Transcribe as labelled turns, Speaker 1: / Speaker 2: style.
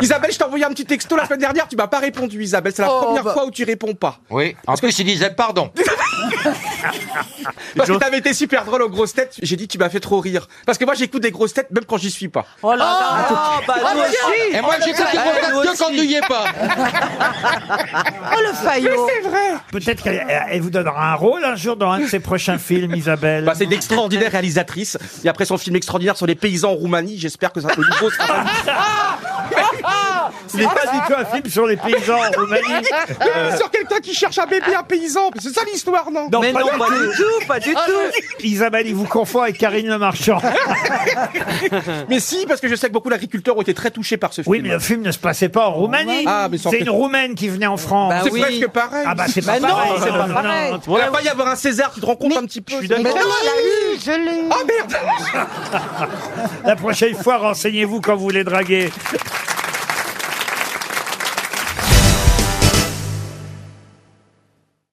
Speaker 1: Isabelle, je t'ai envoyé un petit texto la semaine dernière, tu m'as pas répondu, Isabelle. C'est la
Speaker 2: Oh,
Speaker 1: première
Speaker 2: bah.
Speaker 1: fois où tu réponds pas.
Speaker 3: Oui. En plus, il disait pardon.
Speaker 1: Parce que t'avais été super drôle aux grosses têtes, j'ai dit tu m'as fait trop rire. Parce que moi j'écoute des grosses têtes même quand j'y suis pas.
Speaker 4: Oh là là bah, nous aussi.
Speaker 3: Et moi, j'écoute les grosses têtes que quand tu n'y es pas.
Speaker 4: Oh le faillot
Speaker 5: Peut-être qu'elle elle vous donnera un rôle un jour dans un de ses prochains films, Isabelle.
Speaker 1: Bah, c'est une extraordinaire réalisatrice. Et après son film extraordinaire sur les paysans en Roumanie, j'espère que ça te nouveau sera pas-
Speaker 5: Il n'est pas du tout un film sur les paysans en Roumanie.
Speaker 1: Euh, Sur quelqu'un qui cherche un bébé, un paysan. C'est ça l'histoire, non
Speaker 5: Non,
Speaker 4: Mais
Speaker 5: pas
Speaker 4: non,
Speaker 5: du
Speaker 4: pas
Speaker 5: tout.
Speaker 4: du tout, pas du tout
Speaker 5: Isabelle, il vous confond avec Karine Le Marchand.
Speaker 1: Mais si, parce que je sais que beaucoup d'agriculteurs ont été très touchés par ce film.
Speaker 5: Oui, mais euh, le film ne se passait pas en Roumanie.
Speaker 1: Ah, mais ça en
Speaker 5: c'est
Speaker 1: fait-
Speaker 5: une Roumaine qui venait en France.
Speaker 4: Bah
Speaker 1: C'est
Speaker 4: oui.
Speaker 1: presque pareil.
Speaker 5: Ah bah c'est pas
Speaker 4: Bah non,
Speaker 5: pareil.
Speaker 4: c'est pas pareil.
Speaker 1: Il va pas y avoir un César, tu te rends compte un petit peu.
Speaker 6: Mais non, je l'ai eu, je l'ai eu.
Speaker 1: Ah merde
Speaker 5: La prochaine fois, renseignez-vous quand vous les draguez.